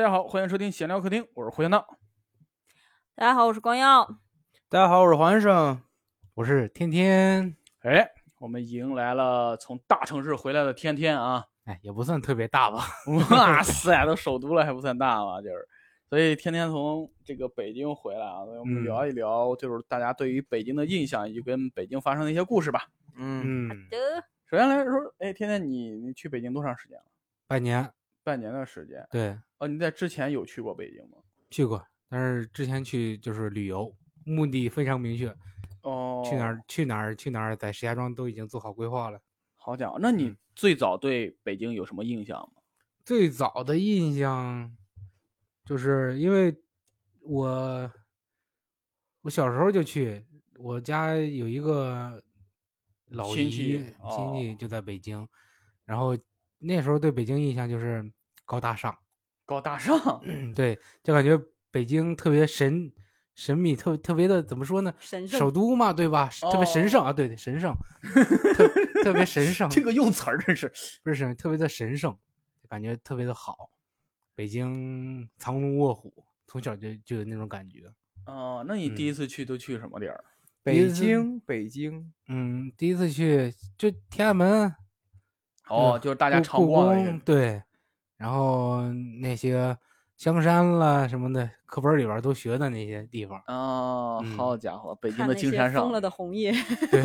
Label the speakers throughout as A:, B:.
A: 家好，欢迎收听闲聊客厅，我是胡先闹。
B: 大家好，我是光耀。
C: 大家好，我是黄医生，我是天天。
A: 哎，我们迎来了从大城市回来的天天啊！
C: 哎，也不算特别大吧？
A: 哇塞，都首都了还不算大嘛，就是。所以天天从这个北京回来啊，所以我们
C: 嗯
A: 聊一聊，就是大家对于北京的印象以及跟北京发生的一些故事吧。
D: 嗯，
C: 嗯，
B: 得，
A: 首先来说，哎，天天你你去北京多长时间了？
C: 半年，
A: 半年的时间。
C: 对，
A: 哦，你在之前有去过北京吗？
C: 去过，但是之前去就是旅游，目的非常明确，
A: 哦，
C: 去哪儿？去哪儿去哪儿，在石家庄都已经做好规划了。
A: 好讲。那你
C: 嗯
A: 最早对北京有什么印象吗？
C: 最早的印象，就是因为我我小时候就去，我家有一个老
A: 亲
C: 姨
A: 戚
C: 亲
A: 哦
C: 戚就在北京，然后那时候对北京印象就是高大上，
A: 高大 上，
C: 嗯对，就感觉北京特别神神秘，特特别的怎么说呢？
B: 神圣
C: 首都嘛，对吧？特别
D: 哦
C: 神圣啊，对对，神圣，特特别神 圣，
A: 这个用词儿真是
C: 不是神，特别的神圣，感觉特别的好。北京藏龙卧虎，从小就就有那种感觉。
A: 哦，那你第一
C: 嗯
A: 次去都去什么地儿？啊
C: 第
D: 北
C: 一次
D: 京，北京，
C: 嗯，第一次去就天安门，
A: 哦，
C: 嗯
A: 就是大家
C: 故
A: 常
C: 故
A: 逛的
C: 宫
A: 那个
C: 对，然后那些香山啦什么的，课本里边都学的那些地方。
A: 哦，
C: 嗯
A: 好家伙，北京
B: 看
A: 的
B: 那
A: 金
B: 些
A: 山上
B: 疯了的红叶，
C: 对，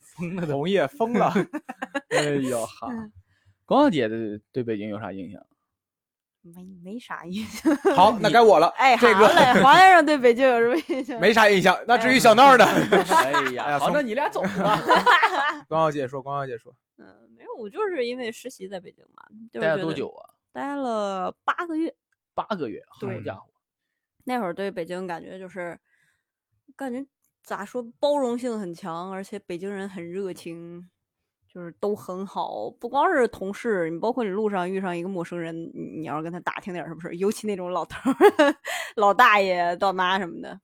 C: 疯了的
D: 红叶疯了，
A: 哎呦哈
B: 嗯！
A: 光耀姐对对北京有啥印象？
B: 没没啥印象。
D: 好，那该
A: 啊
D: 我了。
B: 哎，
D: 这
B: 好
D: 个
B: 嘞，黄先生对北京有什么印象？
D: 没啥印象。那至于小 闹呢？
A: 哎
D: 哎
A: 呀，
D: 呀
A: 好，
D: 从
A: 那你俩走 吧。
D: 光耀姐说，光耀姐说，
B: 嗯，没有，我就是因为实习在北京嘛，就是
A: 待
B: 觉
A: 了多
B: 得？
A: 久啊？
B: 待了八个月。
A: 八个月，好
B: 对
A: 家伙！
B: 那会儿对北京感觉就是，感觉咋说，包容性很强，而且北京人很热情，就是都很好。不光是同事，你包括你路上遇上一个陌生人，你你要是跟他打听点儿什么事儿，尤其那种老头儿、 老大爷、大妈什么的，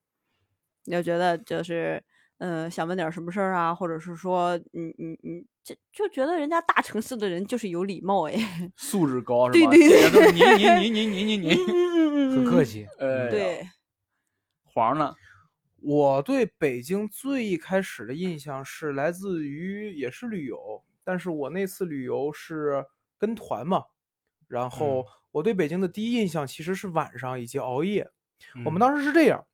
B: 你就觉得就是，呃，想问点儿什么事儿啊，或者是说，你你你，就就觉得人家大城市的人就是有礼貌哎，
A: 素质高是
B: 对
A: 吧？
B: 对对
A: 姐都是你你你你你你你，
B: 嗯
C: 很客，气。哎
A: 呃，
B: 对，
A: 黄呢？
D: 我对北京最一开始的印象是来自于也是旅游，但是我那次旅游是跟团嘛，然后我对北京的第一印象其实是晚上以及熬夜。我们
C: 当
D: 当时是这样，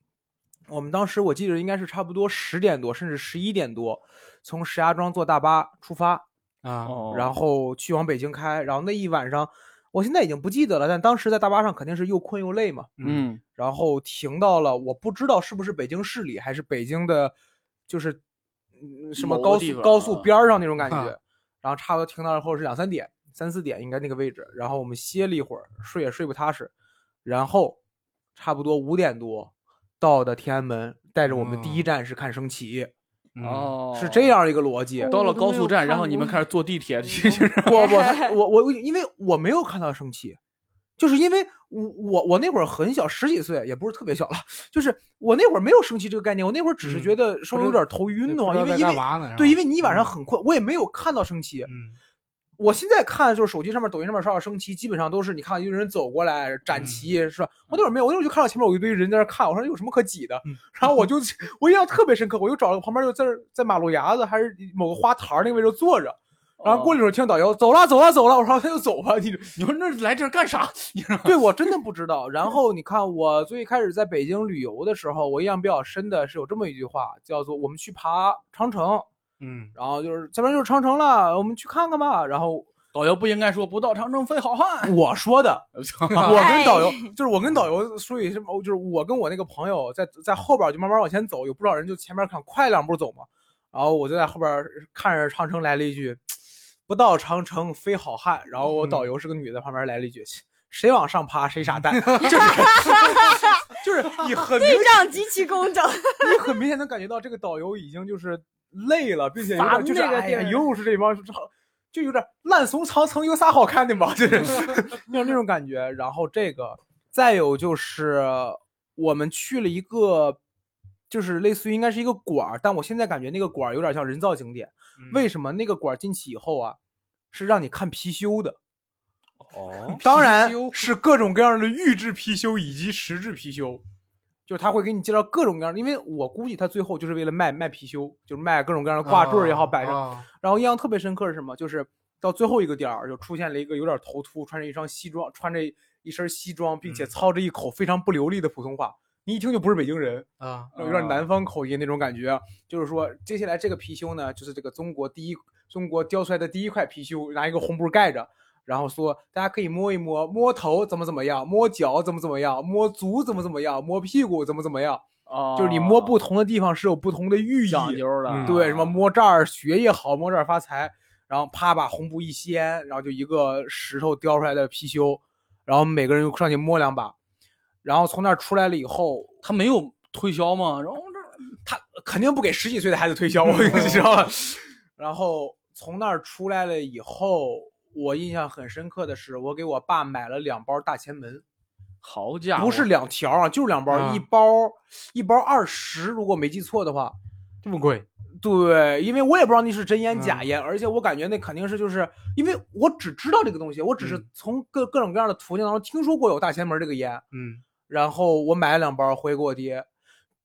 D: 我们当时我记得应该是差不多十点多，甚至十一点多，从石家庄坐大巴出发，
C: 啊，
A: 哦，
D: 然后去往北京开。然后那一晚上，我现在已经不记得了，但当时在大巴上肯定是又困又累嘛。
A: 嗯，
D: 然后停到了我不知道是不是北京市里，还是北京的，就是嗯什么
A: 某个
D: 高
A: 地
D: 速
A: 方
D: 高速
A: 啊
D: 边儿上那种感觉。
C: 啊
D: 然后差不多停到了后是两三点、三四点应该那个位置。然后我们歇了一会儿，睡也睡不踏实。然后差不多五点多到的天安门，带着我们第一
C: 哦
D: 站是看升旗，
C: 嗯，
A: 嗯哦，
D: 是这。样一个逻辑。
A: 到了
B: 我都
A: 高
B: 没
A: 速
B: 有
A: 站，
B: 看
A: 然后你
B: 过
A: 们开始坐地铁去，就是
D: 我我我我，因为我没有看到升旗，就是因为我我我那会儿很小，十几岁，也不是特别小了，就是我那会儿没有升旗这个概念，我那会儿只是觉
C: 嗯
D: 得稍微有点头晕的
C: 不
D: 慌，
C: 知道
D: 因为
C: 在
D: 因
C: 干
D: 为
C: 嘛呢？
D: 对，
C: 是
D: 因
C: 吧
D: 为你晚上很困，我也没有看到升旗。
C: 嗯
D: 我现在看就是手机上面、抖音上面刷到升旗，基本上都是你看到一个人走过来展
C: 嗯
D: 旗，是吧？我那会儿没有，我那会儿就看到前面有一堆人在那儿看，我说有什么可挤的？
C: 嗯
D: 然后我就我印象特别深刻，我又找了旁边就在那儿在马路牙子还是某个花坛儿那个位置坐着，然
A: 哦
D: 后过了一会儿听导游走了走了走了，我说他就走吧，你
A: 你说那来这儿干啥？你说
D: 对我真的不知道。然后你看，我最开始在北京旅游的时候，我印象比较深的是有这么一句话，叫做“我们去爬长城
C: 嗯”，，
D: 然后就是这边就是长城了，我们去看看吧。然后
A: 导游不应该说“不到长城非好汉
D: 我说的，”， 我跟导游就是我跟导游，所以是哦就是我跟我那个朋友在在后边就慢慢往前走，有不少人就前面看快两步走嘛，然后我就在后边看着长城来了一句“不到长城非好汉”，然后我导游是个女的，旁边来了一句。谁往上爬谁傻蛋，就是就是你很明
B: 对仗极其工整。
D: 你很明显能感觉到这个导游已经就是累了，并且有
B: 烦
D: 点就是
B: 那个
D: 哎
B: 地
D: 呀，
B: 儿
D: 又是这帮就有点烂怂长城有啥好看的 嘛，就是那种那种感觉。然后这个再有就是我们去了一个。就是类似于应该是一个馆儿，但我现在感觉那个馆儿有点像人
C: 嗯
D: 造景点。为什么那个馆儿进去以后啊，是让你看貔貅的？
A: 哦，
D: 当然
C: 貔貅
D: 是各种各样的预制貔貅以及实制貔貅，就是他会给你介绍各种各样的，因为我估计他最后就是为了卖卖貔貅，就是卖各种各
C: 啊
D: 样的挂坠儿也好摆上。
C: 上，
D: 然后印象特别深刻是什么？就是到最后一个点儿，就出现了一个有点头秃，穿着一双西装，穿着一身西装，并且
C: 嗯
D: 操着一口非常不流利的普通话，你一听就不是北京人。
C: 啊
D: 有点
A: 啊
D: 南方口音那种感觉。啊就是说，接下来这个貔貅呢，就是这个中国第一中国雕出来的第一块貔貅，拿一个红布盖着，然后说大家可以摸一摸，摸头怎么怎么样，摸脚怎么怎么样，摸足怎么怎么样，摸屁股怎么怎么样。
A: 哦，
D: 就是你摸不同的地方是有不同的寓意，
A: 讲究的，啊
C: 嗯
D: 对，什么摸这儿学业好，摸这儿发财，然后啪把红布一掀，然后就一个石头雕出来的貔貅，然后每个人就上去摸两把，然后从那儿出来了以后，
A: 他没有推销吗？然后
D: 他肯定不给十几岁的孩子推销，我跟你知道
C: 嗯
D: 了。 然后从那儿出来了以后，我印象很深刻的是，我给我爸买了两包大前门，
A: 好家伙，
D: 不是两条啊，就是两包，
C: 啊
D: 一包一包二十，如果没记错的话。
C: 这么贵，
D: 对，因为我也不知道那是真烟假
C: 嗯
D: 烟，而且我感觉那肯定是就是因为我只知道这个东西，我只是
C: 嗯
D: 从各各种各样的途径当中听说过有大前门这个烟，
C: 嗯，
D: 然后我买了两包回给我爹，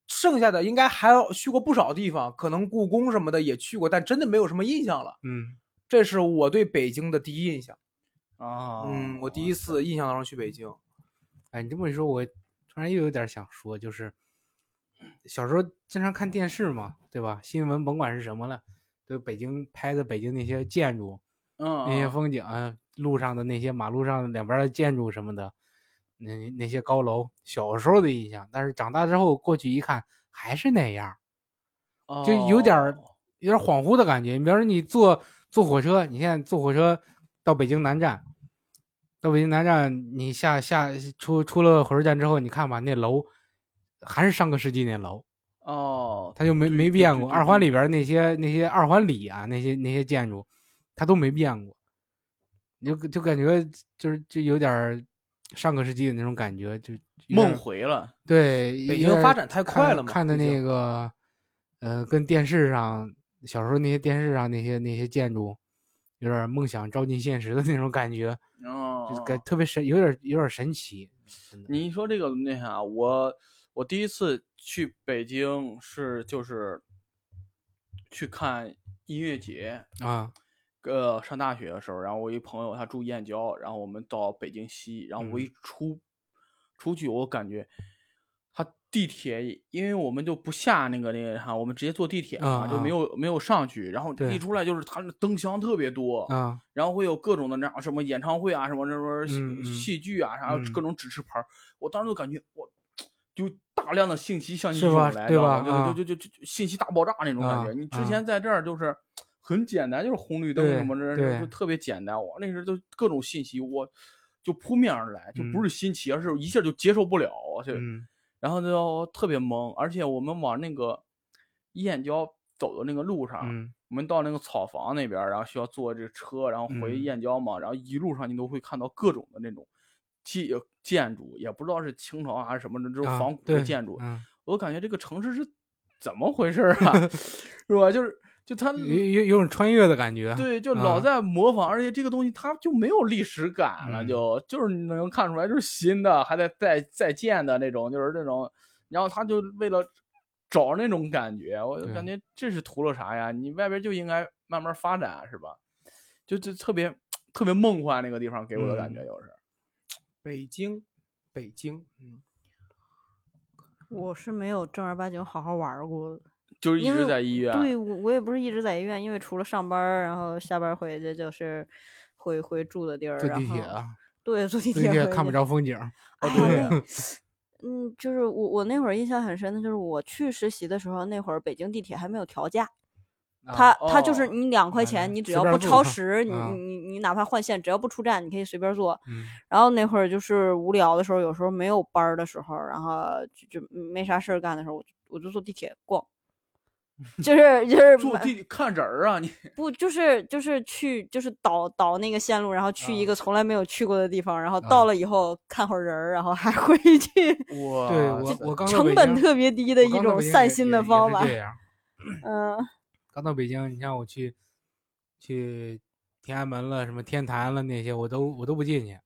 D: 剩下的应该还要去过不少地方，可能故宫什么的也去过，但真的没有什么印象了。
C: 嗯，
D: 这是我对北京的第一印象，
A: 啊，
D: 嗯，我第一次印象当中去北京，
C: 哎，你这么一说，我突然又有点想说，就是小时候经常看电视嘛，对吧？新闻甭管是什么了，对北京拍的北京那些建筑、
A: 嗯
C: 那些风景、啊，路上的那些马路上两边儿的建筑什么的，那那些高楼，小时候的印象，但是长大之后过去一看，还是那样儿，就有点儿
A: 哦
C: 有点儿恍惚的感觉。你比方说你坐坐火车，你现在坐火车到北京南站，到北京南站，你下下出出了火车站之后，你看吧，那楼还是上个世纪那楼，
A: 哦，
C: 它就没
A: 对
C: 没
A: 对
C: 变
A: 对
C: 过。
A: 对
C: 二环
A: 对
C: 里边儿那些那些二环里啊，那些那些建筑，它都没变过，你就就感觉就是就有点儿上个世纪的那种感觉，就有点
A: 梦
C: 儿
A: 回了，
C: 对，
D: 北
C: 有
D: 京
C: 点
D: 发
C: 儿
D: 展太
C: 看
D: 快了嘛
C: 看的
D: 毕竟
C: 那个，呃，跟电视上小时候那些电视上那些那些建筑，有点儿梦想照进现实的那种感觉，
A: 哦
C: 就是，感特别神，有点儿有点儿神奇。真的，
A: 你一说这个那啥，我我第一次去北京是就是去看音乐节，
C: 啊，
A: 呃，上大学的时候，然后我一朋友他住燕郊，然后我们到北京西，然后我
C: 嗯
A: 一出、出去，我感觉他地铁，因为我们就不下那个那个啥，我们直接坐地铁嘛，就没
C: 啊啊
A: 有没有上去，然后一
C: 对
A: 出来就是他那灯箱特别多，
C: 啊，
A: 然后会有各种的那样什么演唱会啊，什么什么戏
C: 嗯嗯
A: 戏剧啊，啥各
C: 嗯
A: 种指示牌儿，我当时就感觉我就大量的信息向你
C: 是
A: 涌
C: 吧
A: 来，知
C: 对
A: 道
C: 吧
A: 吗
C: 啊
A: 就就就就就信息大爆炸那种感觉。
C: 啊
A: 你之
C: 啊
A: 前在这儿就是很简单，就是红绿灯
C: 对
A: 什么的，
C: 对
A: 就特别简单。我那时候就各种信息，我就扑面而来，就不
C: 嗯
A: 是新奇，而是一下就接受不了，我去，
C: 嗯
A: 然后就特别懵。而且我们往那个燕郊走的呃那个路
D: 啊
A: 上，
C: 嗯
A: 我们到那个草房那边儿，然后需要坐这个车，然后回
C: 嗯
A: 燕郊嘛，然后一路上你都会看到各种的那种建建筑，也不知道是清朝还是什么的，这种
C: 啊
A: 仿古的
C: 对
A: 建筑，
C: 嗯，
A: 我感觉这个城市是怎么回事儿 啊？是吧？就是就它
C: 有有有种穿越的感觉。
A: 对，就老
C: 嗯啊
A: 在模仿，而且这个东西它就没有历史感了，
C: 嗯
A: 就就是你能看出来就是新的，还在在在建的那种，就是这种，然后他就为了找那种感觉，我就感觉这是图了啥呀？你外边就应该慢慢发展，啊是吧？就就特别特别梦幻那个地方给我的感觉就是，
D: 北京，北京，嗯，
B: 我是没有正儿八经好好玩儿过的。
A: 就是一
B: 因为
A: 直在医
C: 啊
A: 院，
B: 对，我我也不是一直在医院，因为除了上班儿，然后下班儿回去就是回回住的地儿，
C: 坐
B: 然
C: 地铁
B: 后
C: 啊，
B: 对，坐地
C: 坐
B: 铁
C: 地铁
B: 回
C: 看不
B: 去
C: 着啊风景儿。
A: 哦
B: 哎
A: 对
B: 呀嗯，就是我我那会儿印象很深的就是我去实习的时候，那会儿北京地铁还没有调价，
C: 啊
B: 它它就是
A: 哦
B: 你两块
C: 哎
B: 钱，你只
C: 随
B: 要
C: 便
B: 不
C: 坐
B: 超
C: 哈
B: 时，你
C: 啊
B: 你你你哪怕换线，只要不出站，你可以随便坐。
C: 嗯
B: 然后那会儿就是无聊的时候，有时候没有班儿的时候，然后就就没啥事儿干的时候，我就我就坐地铁逛， 就是就是
A: 坐
B: 买
A: 地看人儿啊，你
B: 不就是就是去就是导导那个线路，然后去一
C: 啊
B: 个从来没有去过的地方，然后
C: 啊
B: 到了以后看会儿人儿，然后还回去，
A: 我
C: 对我我刚到
B: 成
C: 北
B: 本
C: 京
B: 特别低的
C: 我
B: 一
C: 刚到
B: 种
C: 北京
B: 散
C: 也
B: 心
C: 也
B: 的
C: 也
B: 方
C: 是
B: 法
C: 这样儿
B: 嗯
C: 刚到北京，你像我去天安门了、什么天坛了那些，我都我都不进去，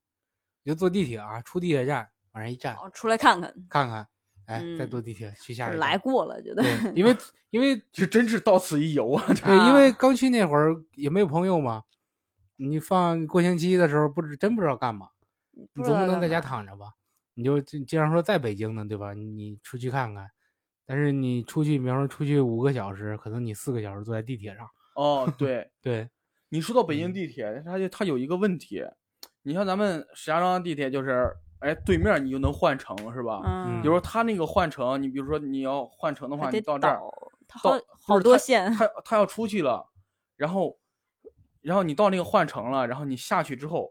C: 就坐地铁啊，出地铁站往上一站，
B: 哦出来看看，
C: 看看，哎，再
B: 嗯
C: 坐地铁去
B: 就
C: 下一
B: 是
C: 站。
B: 来过了，觉得
C: 对，因为因为
A: 这真是到此一游啊！这
C: 对，因为
B: 啊
C: 刚去那会儿也没有朋友嘛，你放过星期一的时候不知真不知道干嘛，你
B: 嗯不
C: 总
B: 知
C: 不
B: 道
C: 能
B: 干
C: 在家
B: 嘛
C: 躺着吧？你就既既然说在北京呢，对吧？你出去看看，但是你出去，比方说出去五个小时，可能你四个小时坐在地铁上，
A: 哦，对，
C: 对，
A: 你说到北京地铁，它就它有一个问题，你像咱们石家庄的地铁就是，哎，对面你就能换乘是吧？
B: 嗯，
A: 比如说它那个换乘，你比如说你要换乘的
B: 还
A: 话，
B: 得
A: 你到这儿，
B: 倒它
A: 到
B: 好
A: 不是
B: 好多
A: 它
B: 线
A: 它它要出去了，然后然后你到那个换乘了，然后你下去之后，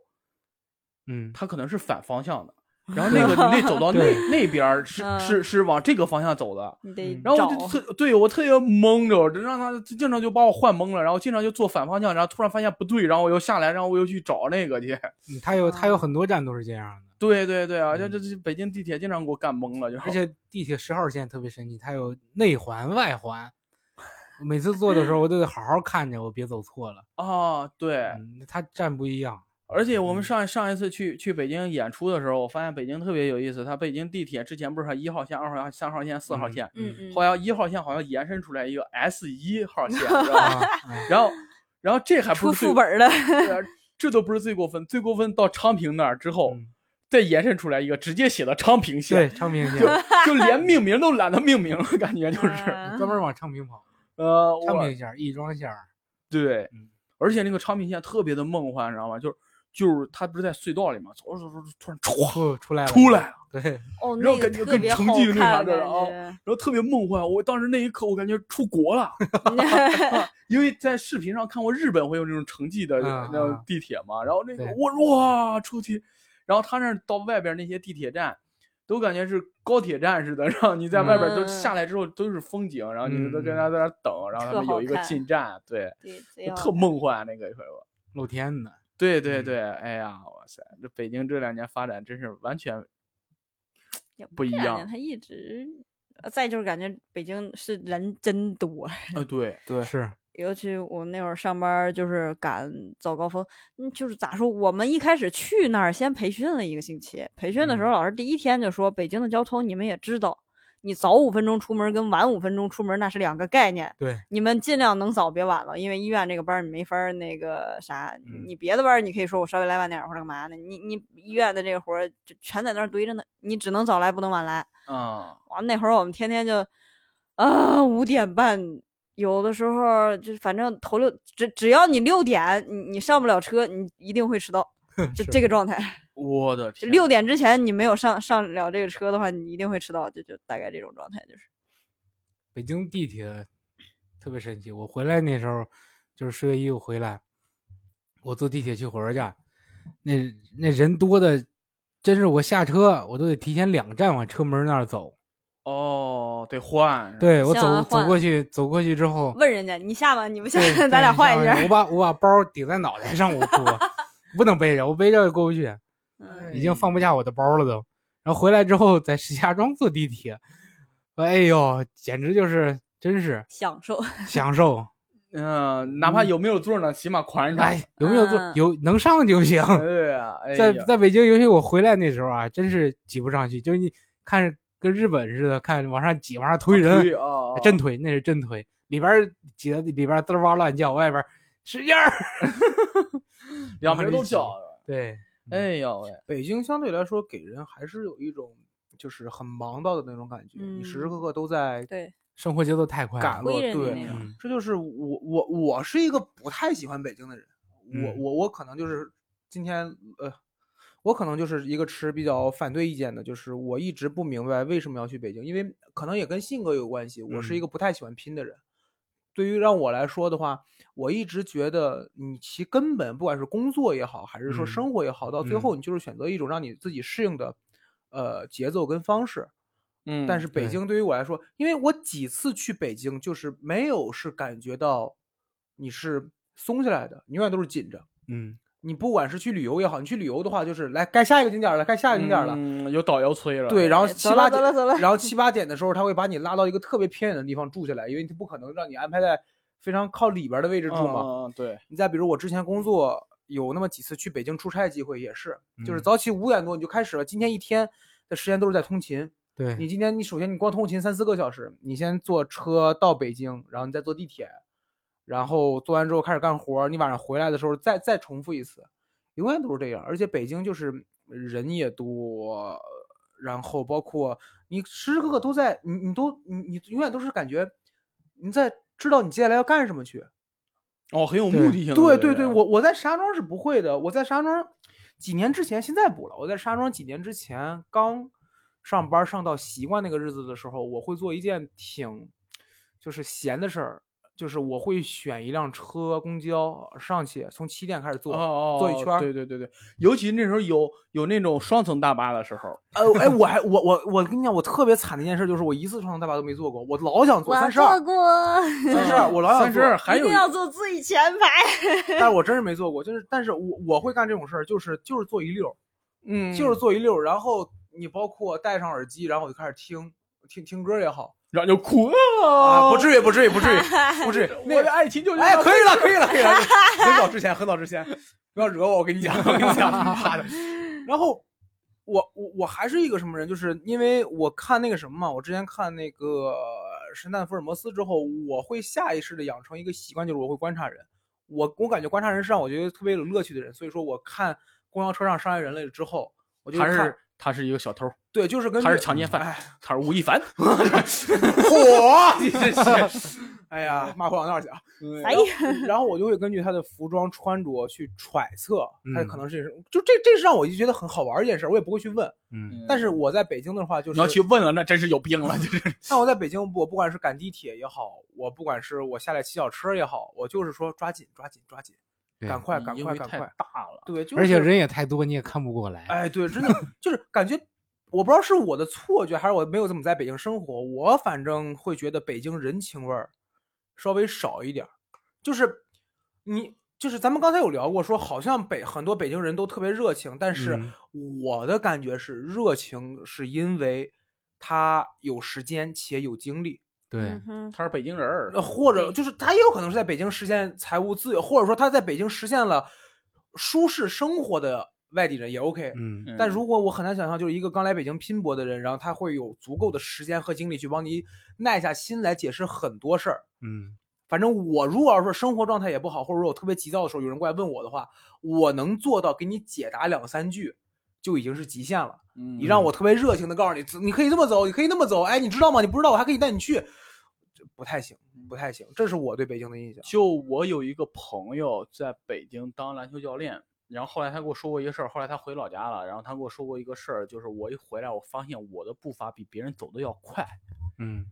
C: 嗯，
A: 它可能是反方向 的，然后那个你得 走到那
C: 对
A: 那边儿是
B: 嗯
A: 是是往这个方向走的，
B: 你得
C: 嗯
A: 然后我就
B: 找
A: 特对我特别懵着，就让他就经常就把我换懵了，然后经常就做反方向，然后突然发现不对，然后我又下来，然后我又去找那个去。
C: 嗯它有它
A: 哦
C: 有很多站都是这样的，
A: 对对对啊，这这这北京地铁经常给我干懵了，就是
C: 嗯而且地铁十号线特别神奇，它有内环外环，我每次坐的时候我都得好好看着，我别走错了，
A: 啊，对，
C: 嗯，它站 不一样，
A: 而且我们
C: 嗯
A: 上上一次去去北京演出的时候，我发现北京特别有意思，它北京地铁之前不是还一号线、二号线、三号线、四号
C: 嗯
A: 线，
B: 嗯嗯
A: 后来一号线好像延伸出来一个 S 一号 线，知道
C: 啊
A: 吧？
C: 啊
A: 然后然后这还不
B: 出
A: 是最
B: 副本儿的，
A: 对啊这都不是最过分，最过分到昌平那儿之后。
C: 嗯
A: 再延伸出来一个，直接写到昌平
C: 对，
A: 县，
C: 昌平线
A: 就就连命名都懒得命名了，感觉就是，
B: 嗯
C: 专门往昌平跑，
A: 呃，
C: 昌
A: 我
C: 平线儿、亦庄线儿，
A: 对
C: 嗯，
A: 而且那个昌平县特别的梦幻，你知道吗？就是就是它不是在隧道里嘛，走着走着突然歘
C: 出出来了
A: 出来了，
C: 对，
B: 哦，
A: 然后
B: 那个
A: 感觉
B: 特
A: 跟
B: 别
A: 成
B: 好
A: 绩那啥
B: 看
A: 的
B: 感
A: 啊
B: 觉
A: 然后特别梦幻。我当时那一刻，我感觉出国了， 啊因为在视频上看过日本会有那种城际的
C: 嗯
A: 那种地铁嘛，然后那个
C: 对
A: 我哇出去，然后他那儿到外边那些地铁站，都感觉是高铁站似的，然后你在外边都
B: 嗯
A: 下来之后都是风景，然后你都
C: 嗯
A: 跟他在那儿等，然后他
B: 特
A: 们有
B: 好
A: 一个
B: 看
A: 进站，对，
B: 对，啊贼
A: 就
B: 好
A: 特
B: 看
A: 梦幻那个一会儿我。
C: 露天的。
A: 对对
C: 嗯
A: 对，哎呀，哇塞，这北京这两年发展真是完 全
B: 也不
A: 不一
B: 是两
A: 样
B: 年它一直，呃再就是感觉北京是人真多，
A: 啊，对对
C: 是，
B: 尤其我那会儿上班儿就是赶早高峰，嗯，就是咋说，我们一开始去那儿先培训了一个星期，培训的时候
C: 嗯
B: 老师第一天就说，北京的交通你们也知道，你早五分钟出门儿跟晚五分钟出门儿那是两个概念，
C: 对，
B: 你们尽量能早别晚了，因为医院这个班儿你没法儿那个啥，
C: 嗯
B: 你别的班儿你可以说我稍微来晚点儿或者干嘛的，你你医院的这个活儿就全在那儿堆着呢，你只能早来不能晚来。
A: 啊，
B: 哇，那会儿我们天天就，啊，五点半，有的时候就反正头六，只只要你六点你你上不了车，你一定会迟到，就这个状态。
A: 我的
B: 就
A: 天，
B: 六点之前你没有上上了这个车的话，你一定会迟到，就就大概这种状态就是。
C: 北京地铁特别神奇。我回来那时候就是十月一我回来，我坐地铁去火车站，那那人多的，真是我下车我都得提前两站往车门那儿走。
A: 哦，得换，，
C: 对我
B: 想要
C: 走走
B: 换
C: 过去，走过去 之后，
B: 问人家你下吗？你不下
C: 对，
B: 咱俩
C: 对
B: 换一
C: 下
B: 下
C: 我。把我把包顶在脑袋上，我哭，不能背着，我背着也过 不去。
B: 嗯
C: 已经放不下我的包了都。然后回来之后，在石家庄坐地铁，哎呦，简直就是真是
B: 享受，
C: 享受。
A: 嗯、哪怕有没有座呢，起码宽敞。
C: 哎，有没有坐
B: 嗯
C: 有能上就行。
A: 对啊，哎
C: 在
A: 呀
C: 在北京，尤其我回来那时候啊，真是挤不上去，就是你看着跟日本似的，看往上挤，往上推人，
A: 啊，
C: 真推，那是真推。里边儿挤的里边儿滋哇乱叫，外边儿使劲儿。
A: 两边都叫。
C: 对，
A: 哎
C: 嗯
A: 呀喂，
D: 北京相对来说给人还是有一种就是很忙到的那种感觉，你时时
B: 嗯
D: 刻刻都在
B: 对，
C: 生活节奏太快
D: 赶
C: 了。
B: 灰
D: 路。
B: 人的
D: 对
B: 那，种
C: 嗯
D: 这就是我我我是一个不太喜欢北京的人，我
C: 嗯
D: 我我可能就是今天呃，我可能就是一个持比较反对意见的，就是我一直不明白为什么要去北京，因为可能也跟性格有关系，我是一
C: 嗯
D: 个不太喜欢拼的人。对于让我来说的话，我一直觉得你其根本不管是工作也好，还是说
C: 嗯
D: 生活也好，到最
C: 嗯
D: 后你就是选择一种让你自己适应的，呃，节奏跟方式。
A: 嗯，
D: 但是北
C: 对
D: 京对于我来说，因为我几次去北京，就是没有是感觉到你是松下来的，你永远都是紧着。
C: 嗯，
D: 你不管是去旅游也好，你去旅游的话，就是来该下一个景点儿了，该下一个景点儿了。
A: 嗯，有导游催了，
D: 对，然后
B: 对走
D: 七
B: 了
D: 八
B: 走
D: 点
B: 了走了，
D: 然后七八点的时候，他会把你拉到一个特别偏远的地方住下来，因为他不可能让你安排在非常靠里边的位置住嘛。
B: 哦
A: 嗯嗯对，
D: 你再比如我之前工作有那么几次去北京出差的机会，也是，就是
C: 嗯
D: 早起五点多你就开始了，今天一天的时间都是在通勤。你
C: 对，
D: 今天你首先你光通勤三四个小时，你先坐车到北京，然后你再坐地铁，然后做完之后开始干活儿，你晚上回来的时候再再重复一次，永远都是这样。而且北京就是人也多，然后包括你时时刻刻都在，你你都你你永远都是感觉你在知道你接下来要干什么去。
A: 哦，很有
C: 对
A: 目的啊性的。
D: 对
A: 对
D: 对对，我我在石家庄是不会的，我在石家庄几年之前，现在不了。我在石家庄几年之前刚上班上到习惯那个日子的时候，我会做一件挺就是闲的事儿，就是我会选一辆车公交上去，从七点开始坐。
A: 哦哦，
D: 坐一圈儿
A: 对对对对，尤其那时候有有那种双层大巴的时候，
D: 呃，哎，我还我我我跟你讲，我特别惨的一件事就是我一次双层大巴都没坐过，我老想坐
B: 我
D: 三十
B: 坐
D: 二，
B: 过，
D: 三十二我老想
A: 三十
D: 坐
A: 二还
B: 一
A: 有
B: 定
A: 一
B: 要坐最前排。
D: 但是我真是没坐过，就是但是我我会干这种事儿，就是就是坐一溜儿。
A: 嗯，
D: 就是坐一溜儿，然后你包括戴上耳机，然后我就开始听听听歌儿也好
A: 然后就哭
D: 啊，
A: 啊。
D: 不至于，不至于，不至于，不至于
A: 我
D: 那
A: 的爱情就
D: 哎，可
A: 以
D: 以了，可以了，可以了。很早之前，很早之前，不要惹我，我跟你讲，我跟你讲，妈的。然后我我我还是一个什么人，就是因为我看那个什么嘛，我之前看那个呃《神探福尔摩斯》之后，我会下意识的养成一个习惯，就是我会观察人。我我感觉观察人是让我觉得特别有乐趣的人，所以说我看公交车上上来人了之后，我就
A: 他
D: 看
A: 是他是一个小偷，
D: 对，就是跟
A: 他是
D: 着
A: 强奸犯
D: 哎
A: 他是吴亦凡，
D: 火， 你这是，哎呀，骂回往那儿去啊！
B: 哎
D: 然后我就会根据他的服装穿着去揣测，他
C: 嗯
D: 可能是就这，这是让我就觉得很好玩儿一件事儿，我也不会去问。
C: 嗯，
D: 但是我在北京的话，就
A: 你要去
D: 是
A: 问了，那真是有病了，就是
D: 那我在北京，我不管是赶地铁也好，我不管是我下来骑小车也好，我就是说抓紧，抓紧，抓紧，
C: 对
D: 赶快，赶
A: 因
D: 快，
A: 为
D: 赶
A: 太
D: 快！
A: 大了，
D: 对，就是
C: 而且人也太多，你也看不过来。
D: 哎，对，真的就是感觉，我不知道是我的错觉还是我没有怎么在北京生活，我反正会觉得北京人情味儿稍微少一点儿。就是你，就是咱们刚才有聊过，说好像北很多北京人都特别热情，但是
C: 嗯
D: 我的感觉是，热情是因为他有时间且有精力，
C: 对，
B: 嗯哼，
A: 他是北京人儿
D: 呃，，或者
B: 对
D: 就是他也有可能是在北京实现财务自由，或者说他在北京实现了舒适生活的外地人也 OK。
C: 嗯，
A: 嗯
D: 但如果我很难想象，就是一个刚来北京拼搏的人，然后他会有足够的时间和精力去帮你耐下心来解释很多事儿。
C: 嗯，
D: 反正我如果要是说生活状态也不好，或者说我特别急躁的时候，有人过来问我的话，我能做到给你解答两三句，就已经是极限了。
A: 你
D: 你让我特别热情的告诉你，你可以这么走，你可以那么走，哎，你知道吗？你不知道，我还可以带你去，这不太行，不太行。这是我对北京的印象。
A: 就我有一个朋友在北京当篮球教练，然后后来他给我说过一个事儿，后来他回老家了，然后他给我说过一个事儿，就是我一回来，我发现我的步伐比别人走的要快。
C: 嗯，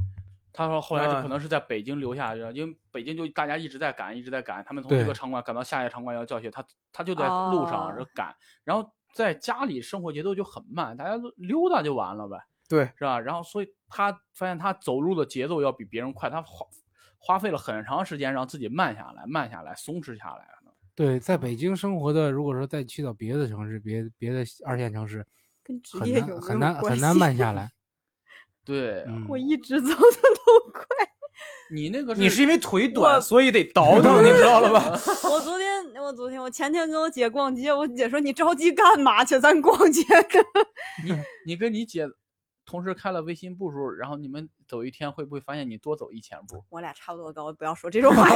A: 他说后来
D: 啊
A: 是可能是在北京留下，然后因为北京就大家一直在赶，一直在赶，他们从一个
C: 对
A: 场馆赶到下一个场馆要教学，他他就在路上
B: 哦
A: 就赶，然后在家里生活节奏就很慢，大家都溜达就完了呗，
D: 对，
A: 是吧？然后所以他发现他走路的节奏要比别人快，他花花费了很长时间让自己慢下来，慢下来，松弛下来。
C: 对，在北京生活的，如果说再去到别的城市，别别的二线城市，
B: 跟职
C: 很
B: 业有
C: 难很难很
B: 关
C: 难
B: 系
C: 慢下来。
A: 对，
C: 嗯
B: 我一直走的都快。
A: 你那个
D: 你是因为腿短，
B: 我
D: 所以得倒腾，你知道了吧？
B: 我昨天，我昨天，我前天跟我姐逛街，我姐说你着急干嘛去？咱逛街去。
A: 你你跟你姐同时开了微信步数，然后你们走一天会不会发现你多走一千步？
B: 我俩差不多高，不要说这种话题。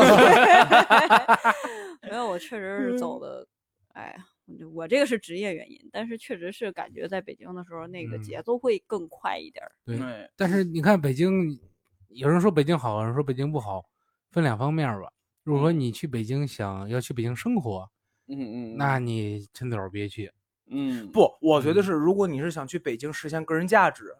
B: 没有，我确实是走的，哎呀，我就我这个是职业原因，但是确实是感觉在北京的时候，那个
C: 嗯
B: 节奏会更快一点儿。
C: 对，
A: 对，
C: 但是你看北京，有人说北京好，有人说北京不好，分两方面儿吧。如果说
A: 嗯
C: 你去北京想要去北京生活，
A: 嗯嗯，
C: 那你趁早儿别去。
A: 嗯不。
D: 不，我觉得
C: 嗯
D: 是，如果你是想去北京实现个人价值，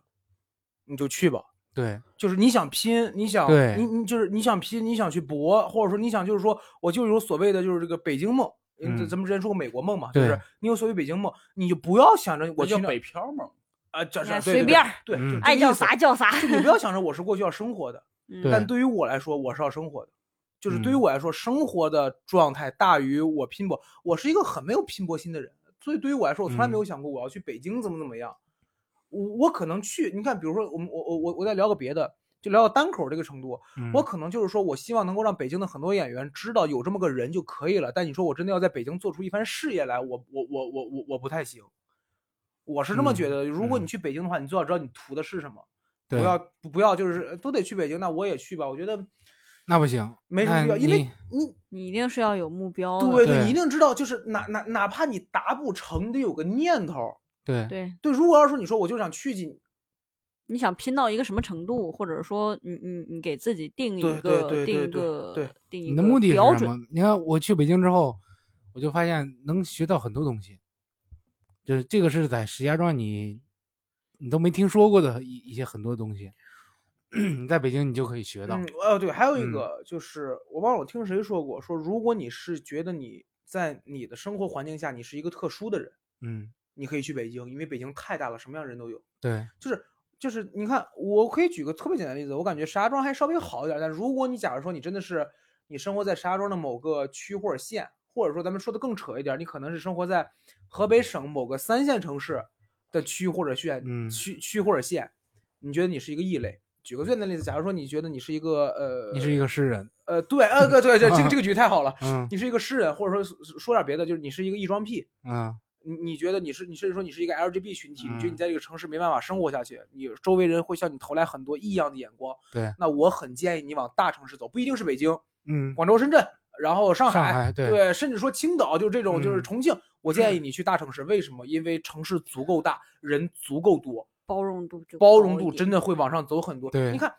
D: 你就去吧。
C: 对，
D: 就是你想拼，你想，
C: 对
D: 你你就是你想拼，你想去搏，或者说你想就是说，我就有所谓的就是这个北京梦。嗯，
C: 嗯
D: 咱们之前说过美国梦嘛，就是
C: 对
D: 你有所谓北京梦，你就不要想着我
A: 我
D: 去
A: 叫
D: 那
A: 北漂嘛，
D: 啊，这是
B: 哎
D: 对
B: 随
D: 对
B: 便儿
D: 对，对
C: 嗯
D: 就这
B: 爱
D: 个
B: 叫
D: 意思
B: 啥叫啥。
D: 就你不要想着我是过去要生活的，
B: 嗯
C: 对
D: 但对于我来说，我是要生活的。就是对于
C: 嗯
D: 我来说，生活的状态大于我拼搏。我是一个很没有拼搏心的人，所以对于我来说，我从来没
C: 嗯
D: 有想过我要去北京怎么怎么样。我我可能去，你看，比如说我们我我我我再聊个别的，就聊到单口这个程度。
C: 嗯
D: 我可能就是说我希望能够让北京的很多演员知道有这么个人就可以了。但你说我真的要在北京做出一番事业来，我我我我我我不太行。我是这么觉
C: 嗯
D: 得，如果你
C: 嗯
D: 去北京的话，你最好知道你图的是什么，不
C: 对
D: 要不不要就是都得去北京，那我也去吧。我觉得
C: 那不行，
D: 没什么
C: 那
D: 必要，因为
C: 你
D: 你
B: 你一定是要有目标的。
D: 对
C: 对
D: 你一定知道，就是哪哪哪怕你达不成，你得有个念头。
C: 对
B: 对
D: 对，如果要是你说我就想去几，
B: 你想拼到一个什么程度，或者说你你你给自己定一
D: 对
B: 个
D: 对对
B: 定
D: 对
B: 一
D: 对
B: 个
D: 对
B: 定一个
C: 你的目的是
B: 标
C: 什
B: 准，
C: 么？你看我去北京之后，我就发现能学到很多东西，就是这个是在石家庄你你都没听说过的一一些很多东西， 你在北京你就可以学到。
D: 嗯，呃，对，还有一
C: 嗯
D: 个就是我忘了我听谁说过，说如果你是觉得你在你的生活环境下你是一个特殊的人，
C: 嗯，
D: 你可以去北京，因为北京太大了，什么样人都有。
C: 对，
D: 就是就是，你看，我可以举个特别简单的例子，我感觉石家庄还稍微好一点儿。但如果你假如说你真的是你生活在石家庄的某个区或者县，或者说咱们说的更扯一点儿，你可能是生活在河北省某个三线城市的区或者县，
C: 嗯
D: 区区或者县，你觉得你是一个异类？举个最简单的例子，假如说你觉得你是一个呃，
C: 你是一个诗人，
D: 呃，对，呃，对对，这个这个局太 好了，
C: 嗯
D: 你是一个诗人，或者说说点别的，就是你是一个异装癖，
C: 嗯，
D: 你你觉得你是你甚至说你是一个 LGB 群体，你觉得
C: 嗯
D: 你在这个城市没办法生活下去，你周围人会向你投来很多异样的眼光。
C: 对，
D: 那我很建议你往大城市走，不一定是北京、
C: 嗯，
D: 广州、深圳，然后上海，
C: 上海对
D: 甚至说青岛，就是这种，就是
C: 嗯
D: 重庆。我建议你去大城市，为什么？因为城市足够大，人足够多，
B: 包容度就
D: 包
B: 高
D: 容
B: 一
D: 度
B: 点
D: 真的会往上走很多。
C: 对
D: 你看。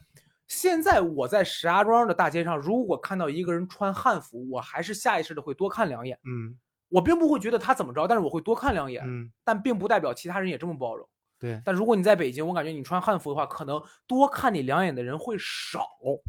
D: 现在我在石家庄的大街上，如果看到一个人穿汉服，我还是下意识的会多看两眼。
C: 嗯
D: 我并不会觉得他怎么着，但是我会多看两眼。
C: 嗯，
D: 但并不代表其他人也这么包容。
C: 对
D: 但如果你在北京，我感觉你穿汉服的话，可能多看你两眼的人会少，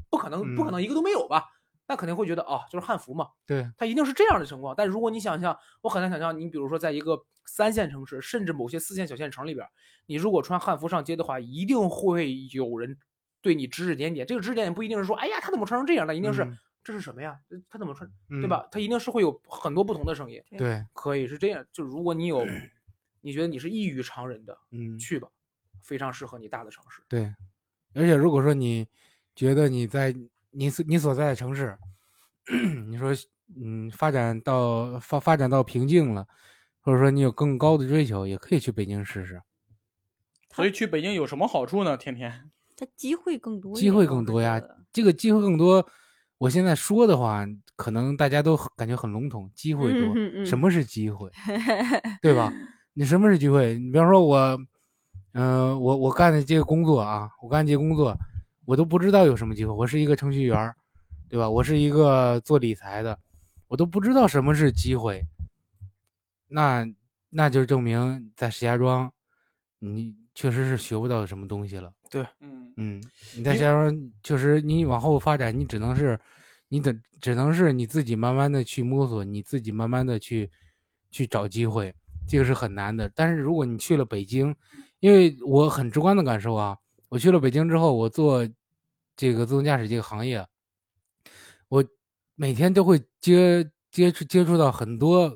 D: 不可能，不
C: 嗯
D: 可能一个都没有吧？那肯定会觉得哦，就是汉服嘛，
C: 对，
D: 它一定是这样的情况。但如果你想象，我很难想象，你比如说在一个三线城市，甚至某些四线小县城里边儿，你如果穿汉服上街的话，一定会有人对你指指点点。这个指指点点不一定是说，哎呀，他怎么穿成这样的，一定是、
C: 嗯
D: 这是什么呀？他怎么穿，
C: 对
D: 对？吧？他一定是会有很多不同的声音。
C: 对，
D: 可以是这样，就如果你有，你觉得你是异于常人的，
C: 嗯，
D: 去吧，非常适合你大的城市。
C: 对，而且如果说你觉得你在你所你所在的城市， 你说嗯发展到发发展到瓶颈了，或者说你有更高的追求，也可以去北京试试，
A: 所以去北京有什么好处呢？天 天
B: 它机会更多一点，
C: 机会
B: 我
C: 更
B: 是
C: 多
B: 觉
C: 呀
B: 得。
C: 这个机会更多，我现在说的话，可能大家都很感觉很笼统，机会多，
B: 嗯嗯
C: 什
B: 嗯
C: 么是 机会，对吧？你什么是机会？你比方说我，嗯、我我干的这个工作啊，我干这个工作，我都不知道有什么机会。我是一个程序员儿，对吧？我是一个做理财的，我都不知道什么是机会。那那就证明在石家庄，你确实是学不到什么东西了。
A: 嗯，
C: 嗯，你在石家庄确实，你往后发展，你只能是，你得只能是你自己慢慢的去摸索，你自己慢慢的去去找机会，这个是很难的。但是如果你去了北京，因为我很直观的感受啊，我去了北京之后，我做这个自动驾驶这个行业，我每天都会接接触接触到很多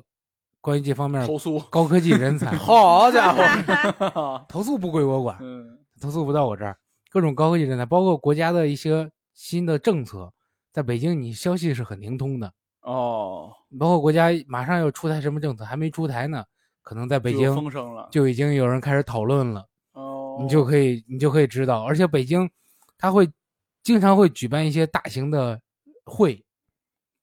C: 关于这方面
A: 投 诉
C: 高科技 人才，
D: 好家 伙，
C: 投诉不归我管，
A: 嗯，
C: 投诉不到我这儿，各种高科技人才，包括国家的一些新的政策，在北京你消息是很灵通的。
A: 哦，
C: 包括国家马上要出台什么政策，还没出台呢，可能在北
A: 就有风
C: 京
A: 声了，
C: 就已经有人开始讨论了，
A: 哦，
C: 你就可以你就可以知道。而且北京，它会经常会举办一些大型的会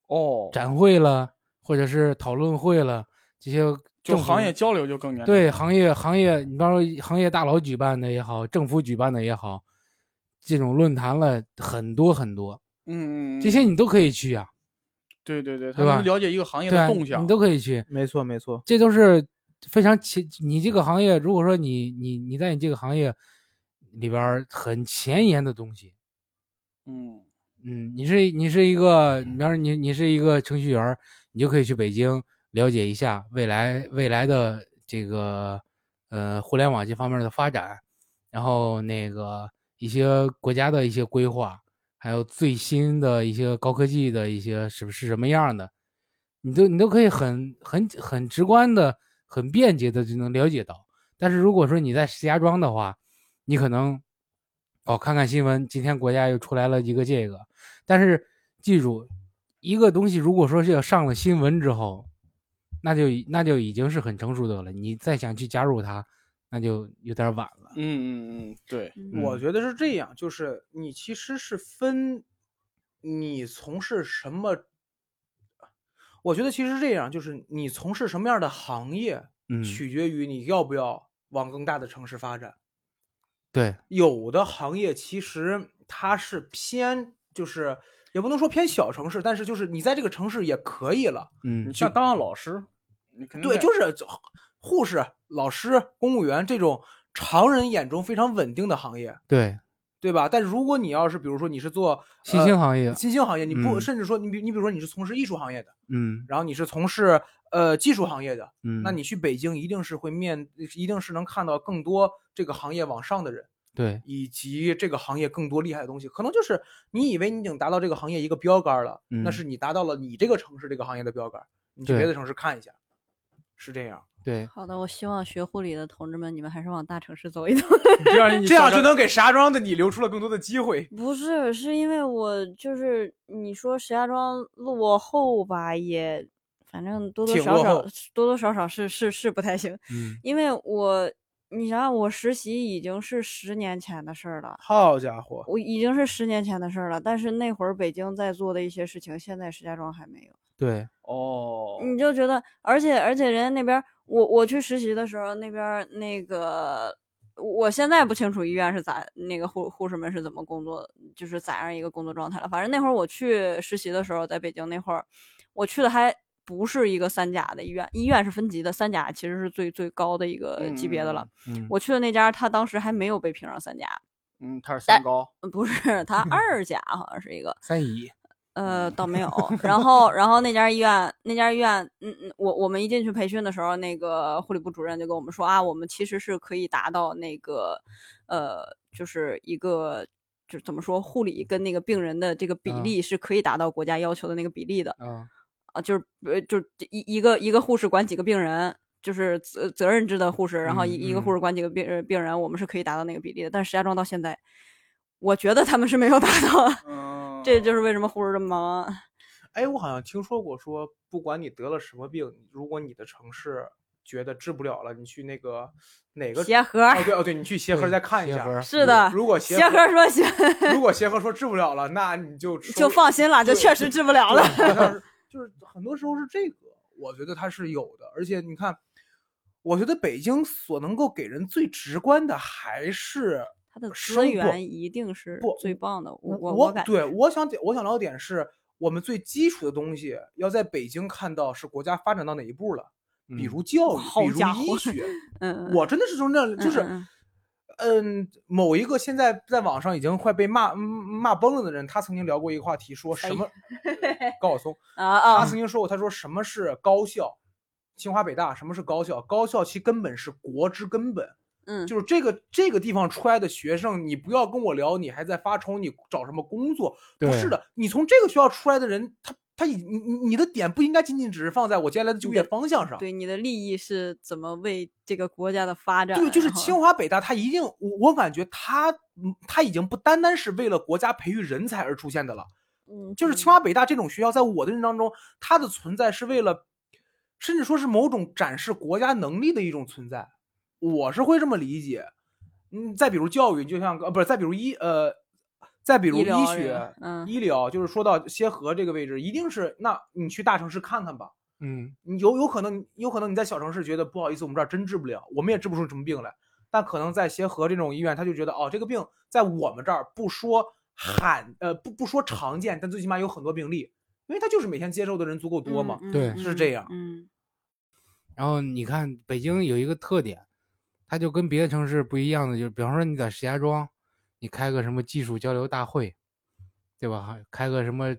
A: 哦，
C: 展会了，或者是讨论会了，这些
A: 就
C: 政府
A: 行业交流就更严重，
C: 对行业行业，你比方说行业大佬举办的也好，政府举办的也好，这种论坛了很多很多，
A: 嗯，嗯，嗯
C: 这些你都可以去啊，
A: 对对对，他
C: 对吧
A: 能了解一个行业
C: 对
A: 的
C: 啊，
A: 动向，
C: 你都可以去，
D: 没错没错，
C: 这都是非常前。你这个行业，如果说你你你在你这个行业里边儿很前沿的东西，
A: 嗯，
C: 嗯，你是你是一个，你要是你你是一个程序员儿，你就可以去北京了解一下未来未来的这个呃互联网这方面的发展，然后那个一些国家的一些规划，还有最新的一些高科技的一些是不是什么样的，你都你都可以很很很直观的、很便捷的就能了解到。但是如果说你在石家庄的话，你可能哦，看看新闻，今天国家又出来了一个这个，但是记住，一个东西如果说是要上了新闻之后，那就那就已经是很成熟的了，你再想去加入它，那就有点晚了。
A: 嗯嗯嗯，对，
B: 嗯
D: 我觉得是这样，就是你其实是分你从事什么，我觉得其实是这样，就是你从事什么样的行业，
C: 嗯，
D: 取决于你要不要往更大的城市发展。
C: 对，
D: 有的行业其实它是偏，就是也不能说偏小城市，但是就是你在这个城市也可以了。
A: 你
C: 嗯，
A: 像当个老师，你肯定
D: 对，
A: 在
D: 就是这护士、老师、公务员这种常人眼中非常稳定的行业，
C: 对，
D: 对吧？但如果你要是比如说你是做
C: 新兴行业
D: 呃、，新兴行业，你
C: 嗯
D: 不、甚至说你比你比如说你是从事艺术行业的，
C: 嗯
D: 然后你是从事呃技术行业的，
C: 嗯，
D: 那你去北京一定是会面，一定是能看到更多这个行业往上的人。
C: 对，
D: 以及这个行业更多厉害的东西。可能就是你以为你已经达到这个行业一个标杆儿了，那
C: 嗯
D: 是你达到了你这个城市这个行业的标杆儿，你去别
C: 对
D: 的城市看一下，是这样，
C: 对，
B: 好的，我希望学护理的同志们，你们还是往大城市走一走。
A: 这样你
D: 这样
A: 找
D: 就
A: 着
D: 能给石家庄的你留出了更多的机会。
B: 不是，是因为我就是你说石家庄落后吧，也反正多多
D: 挺
B: 少
D: 落
B: 少
D: 后
B: 多多少少是是是不太行，
C: 嗯
B: 因为我你想想，我实习已经是十年前的事儿了。
D: 好家伙，
B: 我已经是十年前的事儿了，但是那会儿北京在做的一些事情，现在石家庄还没有。
C: 对，
A: 哦，
C: 嗯
B: 你就觉得，而且而且人家那边儿，我我去实习的时候，那边儿那个，我现在不清楚医院是咋那个护护士们是怎么工作，就是咋样一个工作状态了。反正那会儿我去实习的时候，在北京那会儿，我去的还不是一个三甲的医院，医院是分级的，三甲其实是最最高的一个级别的了。
C: 嗯
B: 我去的那家，他当时还没有被评上三甲，
A: 嗯，他是三高，
B: 呃不是 他二甲好像是一个，
C: 三乙，嗯
B: 呃，倒 没有。然后，然后那家医院，那家医院，嗯嗯，我我们一进去培训的时候，那个护理部主任就跟我们说啊，我们其实是可以达到那个，呃，就是一个，就怎么说，护理跟那个病人的这个比
C: 嗯
B: 例是可以达到国家要求的那个比例的
D: 嗯
C: 啊，
B: 啊，就是呃，就是一一个一个护士管几个病人。就是责责任制的护士，然后一
C: 嗯
B: 一个护
C: 嗯
B: 士管几个病呃病人，我们是可以达到那个比例的。但是石家庄到现在，我觉得他们是没有达到，
A: 嗯，
B: 这就是为什么护士这么忙。啊
D: 哎，我好像听说过说，不管你得了什么病，如果你的城市觉得治不了了，你去那个哪个
B: 鞋盒
D: 哦对哦对，你去协和再看一
C: 协
D: 下。
C: 和
B: 是的，
D: 如果协
B: 协和说行，
D: 如果协和说治不了了，那你就
B: 就
D: 说
B: 放心了，就
D: 对
B: 确实治不了了。
D: 好 像是就是很多时候是这个，我觉得它是有的。而且你看，我觉得北京所能够给人最直观的还是
B: 它 的
D: 生
B: 资
D: 活
B: 源一定是
D: 不
B: 最棒的，我
D: 我
B: 我感觉
D: 对我想点我想聊的点是我们最基础的东西要在北京看到是国家发展到哪一步了，比
C: 嗯
D: 如教育，
B: 好
D: 比如
B: 家伙
D: 医学。
B: 嗯，
D: 我真的是从那样，就是
B: 嗯
D: 嗯，某一个现在在网上已经快被骂嗯骂崩了的人，他曾经聊过一个话题，说
B: 谁
D: 什么高晓松。
B: 啊
D: 他
B: 啊，
D: 曾经说过，他说什么是高校，清华北大什么是高校？高校其根本是国之根本，
B: 嗯，
D: 就是这个这个地方出来的学生，你不要跟我聊你还在发愁你找什么工作，不
C: 对
D: 是的，你从这个学校出来的人，他他已你你你的点不应该仅仅只是放在我接下来的就业方向上。
B: 对你的利益是怎么为这个国家的发展？
D: 对，就是
B: 然后
D: 清华北大，他一定，我我感觉他，嗯他已经不单单是为了国家培育人才而出现的了，
B: 嗯，
D: 就是清华北大这种学校，在我的认知当中，它的存在是为了，甚至说是某种展示国家能力的一种存在，我是会这么理解。嗯，再比如教育，就像呃，不是，再比如医呃，再比如
B: 医疗
D: 医
B: 人
D: 学、
B: 嗯
D: 医疗，就是说到协和这个位置，一定是那你去大城市看看吧。
C: 嗯
D: 你有有可能，有可能你在小城市觉得不好意思，我们这儿真治不了，我们也治不出什么病来。但可能在协和这种医院，他就觉得哦，这个病在我们这儿不说罕，呃，不不说常见，但最起码有很多病例，因为他就是每天接受的人足够多嘛。
B: 嗯
C: 对
B: 嗯
D: 是这样
B: 嗯，
C: 然后你看北京有一个特点，它就跟别的城市不一样的，就是比方说你在石家庄，你开个什么技术交流大会，对吧？还开个什么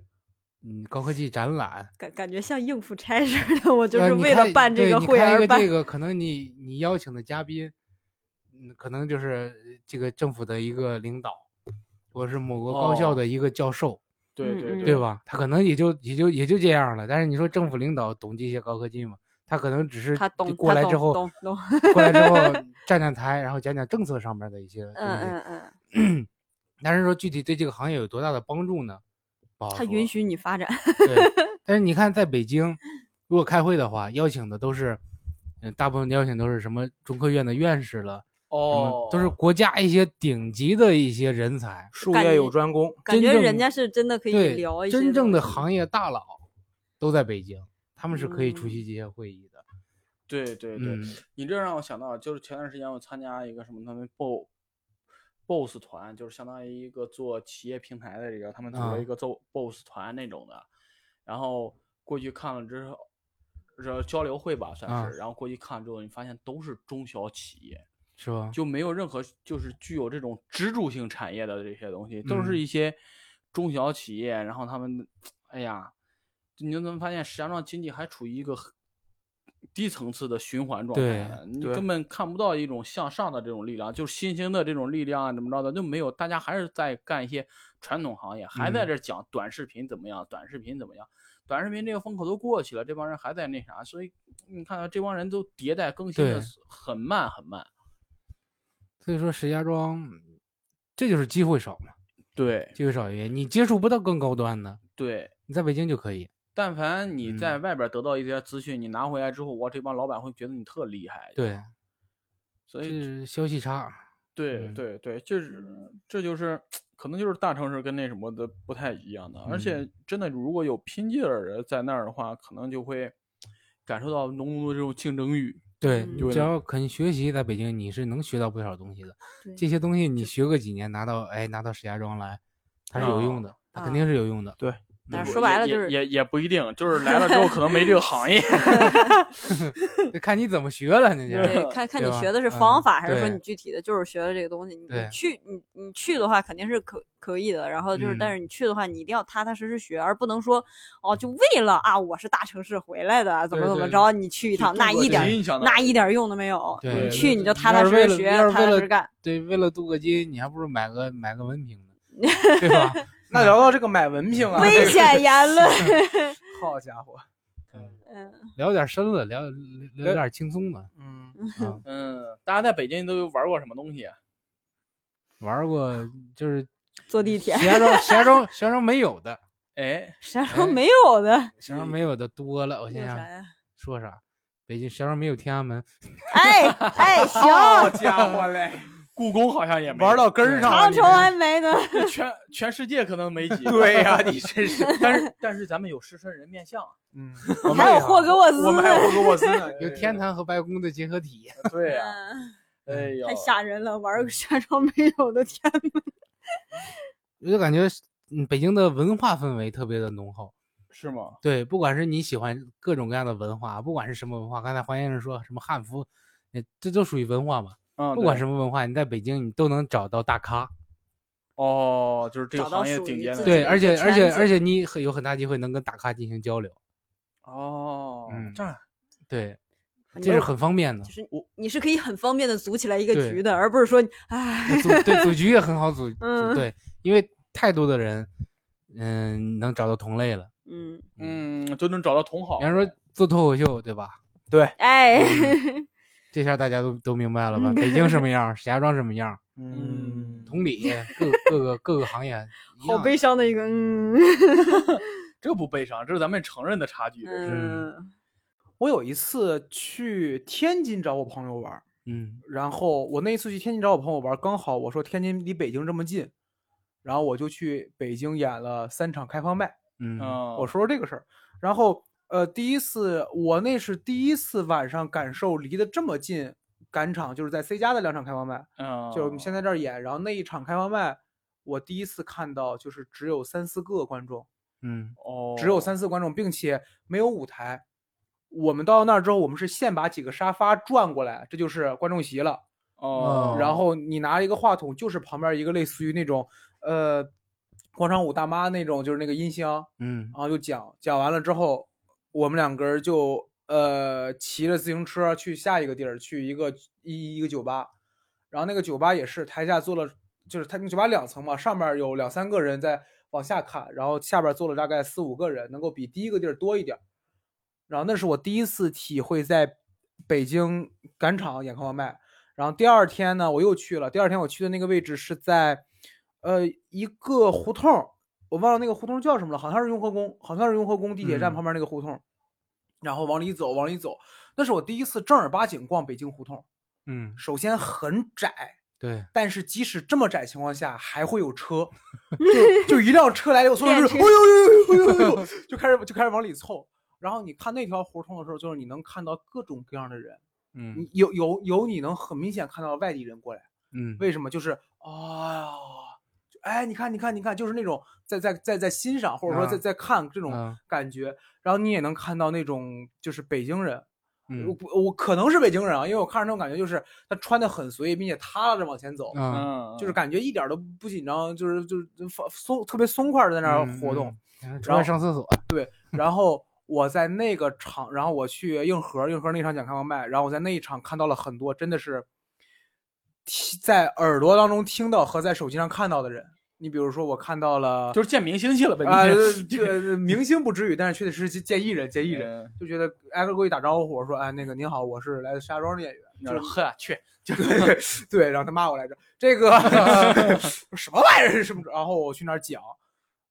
C: 嗯高科技展览，
B: 感感觉像应付差事儿的，我就
C: 呃
B: 是
C: 你
B: 为了
C: 开
B: 办这
C: 对
B: 个
C: 你
B: 会
C: 开一
B: 而
C: 个
B: 办
C: 这。个可能你你邀请的嘉宾，嗯，可能就是这个政府的一个领导，或者是某个高校
A: 哦
C: 的一个教授，
A: 对对
B: 嗯嗯
C: 对吧？他可能也就也就也就这样了。但是你说政府领导懂这些高科技吗？他可能只是
B: 他懂，
C: 过
B: 他
C: 来
B: 懂
C: 之后，
B: 懂懂，
C: 过来之后站站台，然后讲讲政策上面的一些东
B: 嗯
C: 西。
B: 嗯嗯，
C: 但是说具体对这个行业有多大的帮助呢？不好
B: 它
C: 说
B: 允许你发展，
C: 对，但是你看，在北京，如果开会的话，邀请的都是，嗯，大部分邀请都是什么中科院的院士了，什么
A: 哦，
C: 嗯都是国家一些顶级的一些人才，
D: 术
B: 感
D: 业有
B: 觉
D: 专攻，
B: 感觉
C: 真正
B: 人家是真的可以
C: 对
B: 聊一，些
C: 真正的
B: 东西
C: 行业大佬都在北京，他们是可以出
B: 嗯
C: 席这些会议的。
A: 对对对，
C: 嗯，
A: 你这让我想到，就是前段时间我参加一个什么他们 BO BOSS 团，就是相当于一个做企业平台的这个，他们组
C: 啊
A: 了一个做 BOSS 团那种的，然后过去看了之后，这交流会吧算
C: 啊
A: 是，然后过去看之后，你发现都是中小企业，
C: 是吧？
A: 就没有任何就是具有这种支柱性产业的这些东西，都是
C: 嗯
A: 一些中小企业，然后他们，哎呀，你就能发现，实际上经济还处于一个很低层次的循环状
C: 对
A: 态的，你
D: 对
A: 根本看不到一种向上的这种力量，就是新兴的这种力量啊，怎么着的就没有，大家还是在干一些传统行业，还在
C: 嗯
A: 这儿讲短视频怎么样，短视频怎么样。短视频这个风口都过去了，这帮人还在那啥，所以你看啊到这帮人都迭代更新的
C: 对
A: 很慢很慢。
C: 所以说石家庄，这就是机会少嘛，
A: 对
C: 机会少一些，你接触不到更高端的，
A: 对，
C: 你在北京就可以。
A: 但凡你
C: 嗯
A: 在外边得到一些资讯，你拿回来之后，哇，这帮老板会觉得你特厉害。，
C: 对，
A: 所
C: 这
A: 以
C: 是消息差。
A: 对
C: 嗯
A: 对对，就是这就是可能就是大城市跟那什么的不太一样的，而且真的如果有拼劲儿的人在那儿的话，可能就会感受到浓浓的这种竞争欲。
C: 对，
B: 嗯
C: 你
A: 对
C: 只要肯学习，在北京你是能学到不少东西的。
B: 对，
C: 这些东西你学个几年，拿到哎拿到石家庄来，它是有用的，它肯定是有用的。
B: 啊
A: 不
B: 但啊是说白了
A: 也
B: 就是
A: 也也也不一定，就是来了之后可能没这个行业。
C: 就看你怎么学了，那就是。
B: 对，看看你
C: 对吧
B: 学的是
C: 嗯
B: 方法，还是说
C: 对
B: 你具体的就是学的这个东西。你
C: 对
B: 你去，你你去的话肯定是可可以的。然后就是，但
C: 嗯
B: 是你去的话，你一定要踏踏实实学，而不能说哦，就为了啊，我是大城市回来的，怎么
C: 对
B: 怎么
C: 对
B: 着，你去 一
A: 去
B: 趟那
A: 镀个
B: 一点儿
A: 金相当
B: 那
A: 于
B: 一点儿用都没有。
C: 对
B: 你
C: 对
B: 去
C: 对
B: 你就踏
C: 要
B: 踏
C: 是
B: 实
C: 为
B: 实
C: 了
B: 学，
C: 要是
B: 踏
C: 为
B: 踏
C: 了
B: 实实干。
C: 对，为了镀个金，你还不如买个买个文凭呢， 对吧？
D: 那聊到这个买文凭啊，
B: 危险 言论。
D: 好 家伙，
B: 嗯，
C: 聊点深了，聊聊点轻松的。
D: 嗯，
C: 啊
A: 嗯，大家在北京都有玩过什么东西啊？
C: 玩过就是
B: 坐地铁
C: 石，家庄，石 家庄，石家庄没有的，
A: 哎，
B: 石家庄没有的。
C: 石家庄没有的多了。我啊
B: 有
C: 想
B: 啥
C: 想
B: 呀？
C: 说啥？北京石家庄没有天安门，
B: 哎哎，行，
D: 好家伙嘞，
A: 故宫好像也没有
D: 玩到根儿上了，
B: 长
D: 你
B: 城还没呢。
A: 这全全世界可能没几个。
D: 这对呀，你真是，
A: 但是但是咱们有狮身人面像，啊
D: 嗯，
B: 还有霍格沃兹
D: 我们还有霍格沃兹呢，
C: 有天坛和白宫的结合体。
A: 对呀、
B: 嗯
A: 哎呦，
B: 太吓人了，玩个山上没有的天呐。
C: 我就感觉，嗯，北京的文化氛围特别的浓厚。
A: 是吗？
C: 对，不管是你喜欢各种各样的文化，不管是什么文化，刚才黄先生说什么汉服，呃这都属于文化嘛。
A: 嗯，
C: 不管
A: 对
C: 什么文化，你在北京你都能找到大咖。
A: 哦，就是这个
B: 找到
A: 行业
B: 属
A: 顶
B: 于
A: 尖
B: 自
A: 的，
B: 己
C: 对，
B: 的
C: 而
B: 一个
C: 且而且
B: 圈子
C: 而且你很有很大机会能跟大咖进行交流。
A: 哦，
C: 嗯
A: 这样
C: 对，
B: 你
C: 这是
B: 有
C: 很方便的
B: 就。是
A: 我
B: 你是可以很方便的组起来一个
C: 对
B: 局的，而不是说哎，
C: 组对组局也很 好组，组
B: 嗯
C: 对，因为太多的人，嗯，能找到同类了。
B: 嗯，
A: 嗯，就能找到同好。
C: 比方说做脱口秀，对吧？
B: 哎，
C: 这下大家都都明白了
B: 嗯
C: 吧？北京什么样，石家庄什么样，
D: 嗯，
C: 同理，各各个各个行业一
B: 好
C: 样
B: 悲伤的一个，嗯
A: 这不悲伤，这是咱们承认的差距。这是
B: 嗯，
D: 我有一次去天津找我朋友玩儿，
C: 嗯
D: 然后我那一次去天津找我朋友玩儿，刚好我说天津离北京这么近，然后我就去北京演了三场开放麦。
C: 嗯
A: 嗯，
D: 我说说这个事儿。然后呃，第一次我那是第一次晚上感受离得这么近赶场，就是在 C 加的两场开放麦，
A: 嗯，
D: 就是我们先在这儿演。然后那一场开放麦，我第一次看到就是只有三四个观众，
C: 嗯
A: 哦，
D: 只有三四个观众，并且没有舞台。我们到那儿之后，我们是现把几个沙发转过来，这就是观众席了。
A: 哦，
D: 然后你拿一个话筒，就是旁边一个类似于那种呃广场舞大妈那种，就是那个音箱，
C: 嗯
D: 然后就讲讲完了之后，我们两个人就呃骑着自行车去下一个地儿，去一个一一个酒吧，然后那个酒吧也是台下坐了，就是它那酒吧两层嘛，上面儿有两三个人在往下看，然后下边儿坐了大概四五个人，能够比第一个地儿多一点儿。然后那是我第一次体会在北京赶场演开放麦，然后第二天呢，我又去了。第二天我去的那个位置是在，呃一个胡同儿，我忘了那个胡同儿叫什么了，好像是雍和宫，好像是雍和宫地铁站
C: 嗯
D: 旁边那个胡同儿。然后往里走，往里走，那是我第一次正儿八经逛北京胡同儿。
C: 嗯，
D: 首先很窄，
C: 对，
D: 但是即使这么窄情况下，还会有车，就就一辆车来了，我从那
B: 电
D: 就是哎呦呦呦呦哎呦呦呦，就开始就开始往里凑。然后你看那条胡同的时候，就是你能看到各种各样的人，
C: 嗯
D: 你有有有你能很明显看到外地人过来，
C: 嗯，
D: 为什么？就是哎呀，就哎你看你看你看，就是那种在在在在欣赏或者说在
C: 啊
D: 在看这种
C: 啊
D: 感觉。然后你也能看到那种就是北京人，我
C: 嗯
D: 不我可能是北京人啊，因为我看着那种感觉就是他穿的很随意，并且踏拉着往前走，
C: 啊，
A: 嗯，
D: 就是感觉一点儿都不紧张，就是就是放松特别松快的在那儿
C: 嗯
D: 活动。，
C: 嗯出
D: 然后
C: 来上厕所，
A: 嗯
D: 然后我在那个场，然后我去硬核，硬核那场讲开放麦，然后我在那一场看到了很多真的是听在耳朵当中听到和在手机上看到的人。你比如说，我看到了
A: 就是见明星去了呗。
D: 啊，
A: 你
D: 这个明星不至于，但是确实是见艺人，见艺人。就觉得挨个过去打招呼，我说哎，那个您好，我是来自石家庄的演员，
A: 你说呵去，
D: 对对，然后他骂我来着，这个什么玩意儿什么，然后我去那儿讲，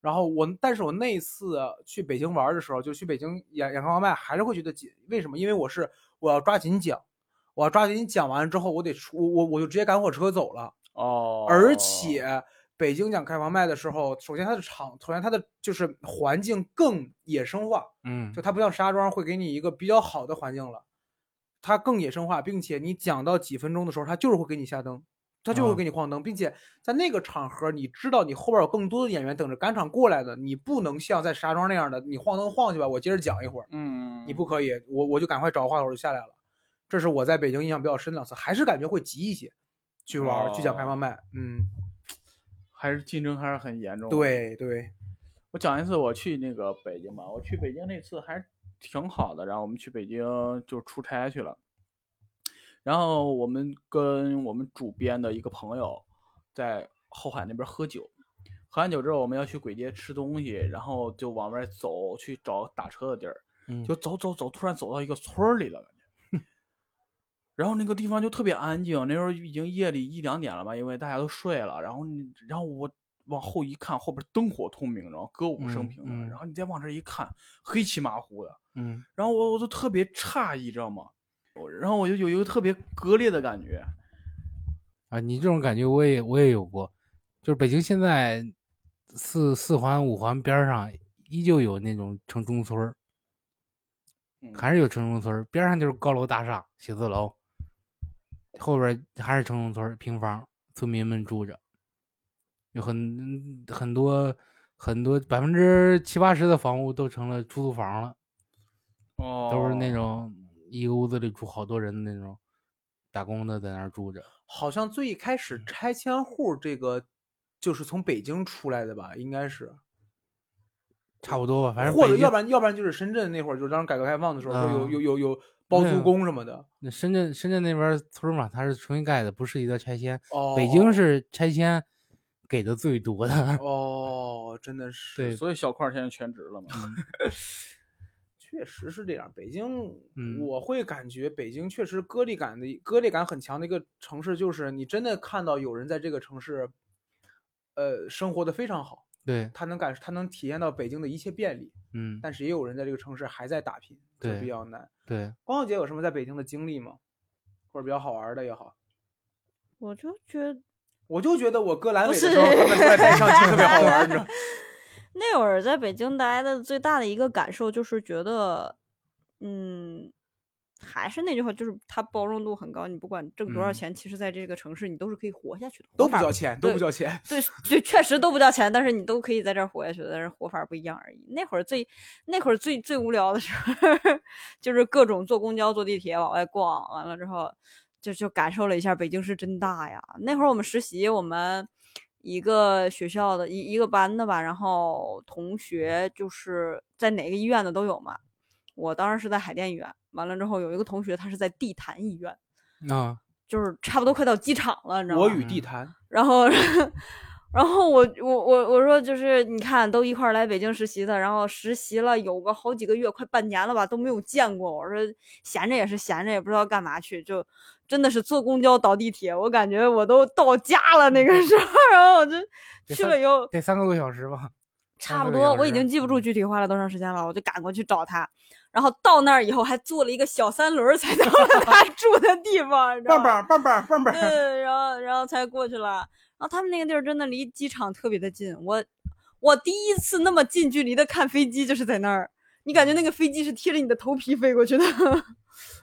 D: 然后我，但是我那一次去北京玩儿的时候，就去北京演演开放麦，还是会觉得紧，为什么？因为我是我要抓紧讲，我要抓紧讲完之后，我得出我我我就直接赶火车走了，
A: 哦，
D: 而且。北京讲开放麦的时候，首先它的场，首先它的就是环境更野生化，
C: 嗯
D: 就它不像石家庄会给你一个比较好的环境了，它更野生化，并且你讲到几分钟的时候，它就是会给你下灯，它就是会
C: 嗯
D: 给你晃灯，并且在那个场合，你知道你后边有更多的演员等着赶场过来的，你不能像在石家庄那样的，你晃灯晃去吧，我接着讲一会儿，
A: 嗯，
D: 你不可以，我我就赶快找个话头就下来了。这是我在北京印象比较深的两次，还是感觉会急一些，去玩儿、去讲开
A: 哦
D: 放麦，嗯，
A: 还是竞争还是很严重。，
D: 对对，
A: 我讲一次我去那个北京吧，我去北京那次还挺好的，然后我们去北京就出差去了，然后我们跟我们主编的一个朋友在后海那边喝酒，喝完酒之后我们要去簋街吃东西，然后就往外走去找打车的地儿，
C: 嗯
A: 就走走走，突然走到一个村儿里 了，感觉。然后那个地方就特别安静，那时候已经夜里一两点了吧，因为大家都睡了。然后你，然后我往后一看，后边灯火通明，然后歌舞升
C: 嗯
A: 平的。
C: 嗯
A: 然后你再往这一看，黑漆麻糊的。
C: 嗯
A: 然后我我就特别诧异，知道吗？我然后我就有一个特别割裂的感觉。
C: 啊，你这种感觉我也我也有过，就是北京现在四四环五环边儿上依旧有那种城中村儿，
A: 嗯
C: 还是有城中村儿，边儿上就是高楼大厦、写字楼，后边儿还是城中村儿平房，村民们住着，有很嗯很多很多百分之七八十的房屋都成了出租房了，
A: 哦
C: 都是那种一个屋子里住好多人的那种，打工的在那儿住着，
D: 好像最一开
A: 嗯
D: 始拆迁户这个就是从北京出来的吧，应该是。
C: 差不多吧，反正
D: 或者
C: 北京
D: 要不然要不然就是深圳那会儿，就当时改革开放的时候，说有
C: 啊
D: 有有有包
C: 对
D: 租
C: 啊
D: 公什么的。
C: 那深圳深圳那边儿村儿嘛，它是重新盖的，不涉及到拆迁。
D: 哦，
C: 北京是拆迁给的最多的。
D: 哦，真的是，
C: 对
A: 所以小块儿现在全职了嘛？
D: 确实是这样。北京，
C: 嗯
D: 我会感觉北京确实割裂感的割裂感很强的一个城市，就是你真的看到有人在这个城市，呃，生活的非常好，
C: 对，
D: 他能感他能体验到北京的一切便利，
C: 嗯，
D: 但是也有人在这个城市还在打拼，这
C: 对
D: 比较难。
C: 对，
D: 光耀姐有什么在北京的经历吗？或者比较好玩的也好。
B: 我就觉得
D: 我就觉得我割阑
B: 不
D: 尾的
B: 是
D: 时候，他们出来台上去特别好玩儿，你知道吗？
B: 那会儿在北京待的最大的一个感受就是觉得，嗯，还是那句话，就是它包容度很高，你不管挣多少
C: 嗯
B: 钱，其实在这个城市你都是可以活下去的，
D: 都
B: 活
D: 不
B: 法
D: 交钱，都不
B: 对
D: 交钱。
B: 对对，确实都不交钱，但是你都可以在这儿活下去，但是活法儿不一样而已。那会儿最那会儿最最无聊的时候， 就是各种坐公交、坐地铁往外逛，完了之后就就感受了一下北京市真大呀。那会儿我们实习，我们一个学校的一一个班的吧，然后同学就是在哪个医院的都有嘛。我当时是在海淀医院，完了之后有一个同学他是在地坛医院，
C: 啊，
B: 就是差不多快到机场了，你知道吗？
D: 我与地坛，
B: 然后， 然后我我我我说就是你看都一块儿来北京实习的，然后实习了有个好几个月，快半年了吧，都没有见过。我说闲着也是闲着，也不知道干嘛去，就真的是坐公交倒地铁，我感觉我都到家了那个时候。然后我就
C: 这
B: 去
C: 三
B: 了以后，
C: 得三个多小时吧。
B: 差不
C: 个
B: 多
C: 小，
B: 我已
C: 时
B: 经记不住具体花了多长时间了，我就赶过去找他。然后到那儿以后，还坐了一个小三轮儿才到了他 住的地方，你知道
D: 棒
B: 吗？
D: 棒棒棒棒棒，
B: 对，然后然后才过去了。然后他们那个地儿真的离机场特别的近，我我第一次那么近距离的看飞机就是在那儿，你感觉那个飞机是贴着你的头皮飞过去的。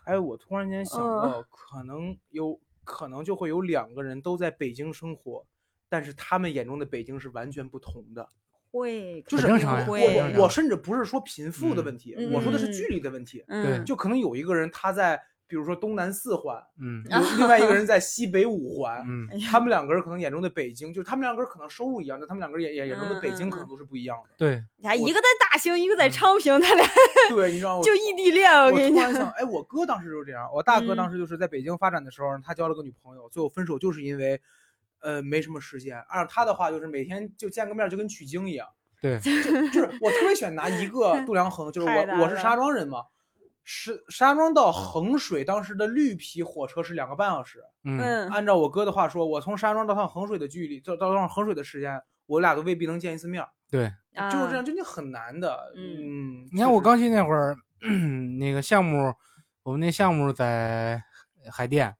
D: 哎，我突然间想
B: 嗯
D: 到，可能有可能就会有两个人都在北京生活，但是他们眼中的北京是完全不同的。
B: 会，
D: 就
C: 很
D: 是
C: 正常呀
D: 我
C: 很
B: 会
C: 正
D: 我我甚至不是说贫富的
C: 嗯
D: 问题，
B: 嗯
D: 我说的是
B: 嗯
D: 距离的问题。
B: 嗯，
D: 就可能有一个人他在，比如说东南四环，
C: 嗯
D: 有另外一个人在西北五环，
C: 嗯
B: 哎，呀
D: 他们两个人可能眼中的北京，就是他们两个人可能收入一样，但他们两个人眼眼眼
B: 嗯
D: 中的北京可能都是不一样 的。
C: 对，
B: 你看
D: 我
B: 一个在大兴，一个
C: 嗯
B: 在昌平，他俩
D: 对，你知道吗？
B: 就异地恋，我
D: 我
B: 跟
D: 突
B: 你
D: 然
B: 讲。
D: 想，哎，我哥当时就是这样。我大哥
B: 嗯
D: 当时就是在北京发展的时候，他交了个女朋友，最后分手就是因为，呃，没什么时间。按照他的话，就是每天就见个面就跟取经一样。
C: 对
D: 就，就是我特别喜欢拿 一个度量衡，就是
B: 太难
D: 我我是石家
B: 了
D: 庄人嘛，石石家庄到衡水当时的绿皮火车是两个半小时。
C: 嗯
B: 嗯，
D: 按照我哥的话说，我从石家庄到趟衡水的距离，到到趟衡水的时间，我俩都未必能见一次面儿，
C: 对。
D: 就是这
B: 啊
D: 样，真的很难的。嗯，
C: 你看我刚去那会儿， 那个项目，我们那项目在海淀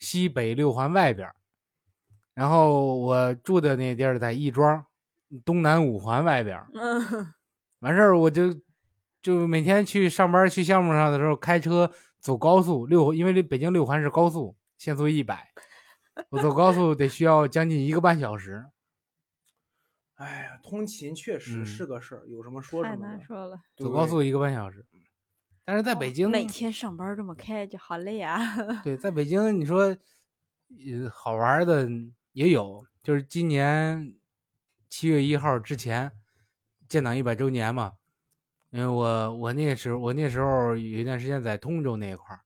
C: 西北六环外边儿，然后我住的那地儿在亦庄东南五环外边儿。
B: 嗯，
C: 完事儿我就就每天去上班儿去项目上的时候开车走高速六，因为这北京六环是高速，限速一百，我走高速得需要将近一个半小时。
D: 哎呀，通勤确实
C: 嗯
D: 是个事儿，有什么说什
B: 太
D: 么吧
B: 难。说了。
C: 走高
D: 对
C: 速一个半小时。但是在北京，
B: 哦每天上班这么开就好累啊。
C: 对，在北京你说，呃，好玩儿的也有，就是今年七月一号之前，建党一百周年嘛。因为我我那时候我那时候有一段时间在通州那一块儿，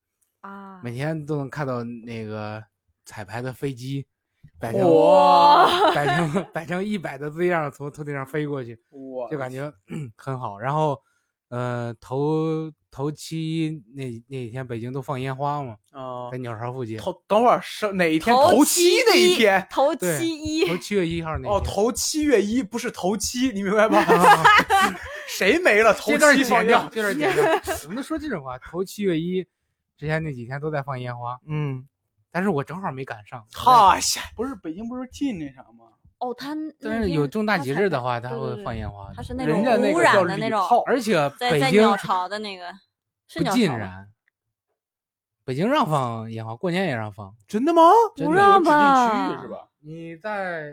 B: 啊，
C: 每天都能看到那个彩排的飞机摆成
D: 哇，
C: 摆成摆成一百的字样儿从头顶上飞过去，
D: 我
C: 就感觉 很好。然后，呃，头头七那那几天北京都放烟花嘛，
D: 啊
C: 在，鸟巢附近，头
D: 头等会儿是哪一天？
B: 头
D: 七那一天？
B: 头
C: 对
B: 七一，
C: 七月一号那
D: 哦，
C: 天
D: 头七月一不是头七，你明白吧？
C: 啊
D: 谁 没了？头
C: 这段儿
D: 七
C: 剪
D: 放
C: 掉，
D: 假。
C: 这段儿剪掉，怎么能说这种话？头七月一之前那几天都在放烟花，
D: 嗯，
C: 但是我正好没赶上。
D: 哈呀，
A: 不是北京不是禁那啥吗？
B: 哦，他那
C: 但是
B: 天
C: 有重大
B: 他
C: 节
B: 才
C: 日的话，他
B: 对对
C: 会
B: 对
C: 放烟花
B: 它
C: 的，
B: 是那种
D: 人家那
B: 污
D: 个叫
B: 染的那
D: 礼
B: 种，
D: 炮，
C: 而且
B: 在
C: 北
B: 在
C: 京
B: 鸟巢的那个是
C: 不
B: 鸟
C: 禁
B: 巢吗？
C: 燃。北京让放烟花，过年也让放。
D: 真的吗？
C: 真
B: 不
C: 的
B: 让
A: 有指定
B: 吧
A: 区域是？吧？
C: 你在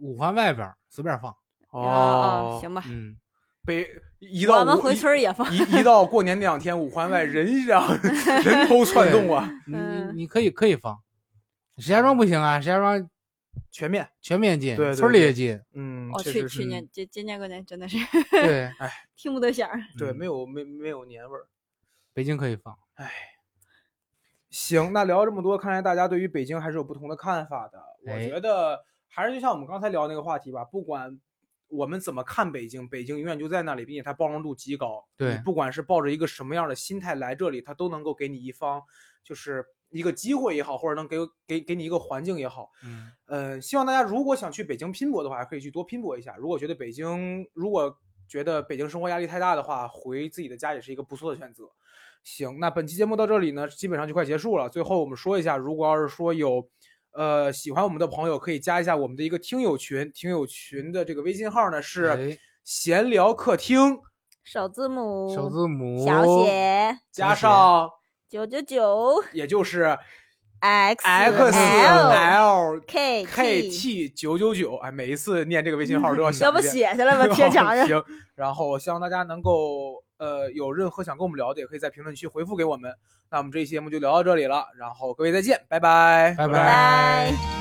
C: 五环外边儿随便放，
B: 啊，啊行吧，
C: 嗯，
D: 北哦一到
B: 我们
D: 五
B: 回
D: 一
B: 村儿也放。
D: 一一到过年那两天，五环外人让 人头攒动啊，
C: 你
B: 嗯
C: 你可以可以放。石家庄不行啊，石家庄
D: 全面。
C: 全面禁，
D: 对对
C: 村儿里也禁，
D: 嗯，
B: 我
D: 确
B: 哦去
D: 实
B: 去
D: 是
B: 年今今年过年真的是
C: 对，
B: 听不得响儿。
D: 对，
C: 嗯
D: 没有没没有年味儿。
C: 北京可以 放。
D: 行，那聊这么多，看来大家对于北京还是有不同的看法的。我
C: 哎
D: 觉得还是就像我们刚才聊那个话题吧，不管我们怎么看北京，北京永远就在那里，并且它包容度极高。
C: 对
D: 你不管是抱着一个什么样的心态来这里，它都能够给你一方就是一个机会也好，或者能给给给你一个环境也好。
C: 嗯，
D: 呃，希望大家如果想去北京拼搏的话，还可以去多拼搏一下。如果觉得北京，如果觉得北京生活压力太大的话，回自己的家也是一个不错的选择。行，那本期节目到这里呢，基本上就快结束了。最后我们说一下，如果要是说有，呃，喜欢我们的朋友，可以加一下我们的一个听友群，听友群的这个微信号呢是啊
C: 哎
D: 闲聊客厅
B: 首字母，
C: 首字母
B: 哦小写
D: 加上，
B: 九九九
D: 也就是
B: x
D: x
B: l
D: l
B: k
D: k t 九九九。哎，每一次念这个微信号都要
B: 要
D: 想一
B: 不
D: 遍
B: 写下来吧， 贴墙上。
D: 行，然后希望大家能够呃有任何想跟我们聊的，也可以在评论区回复给我们。那我们这一期节目就聊到这里了，然后各位再见，拜拜，
C: 拜
B: 拜。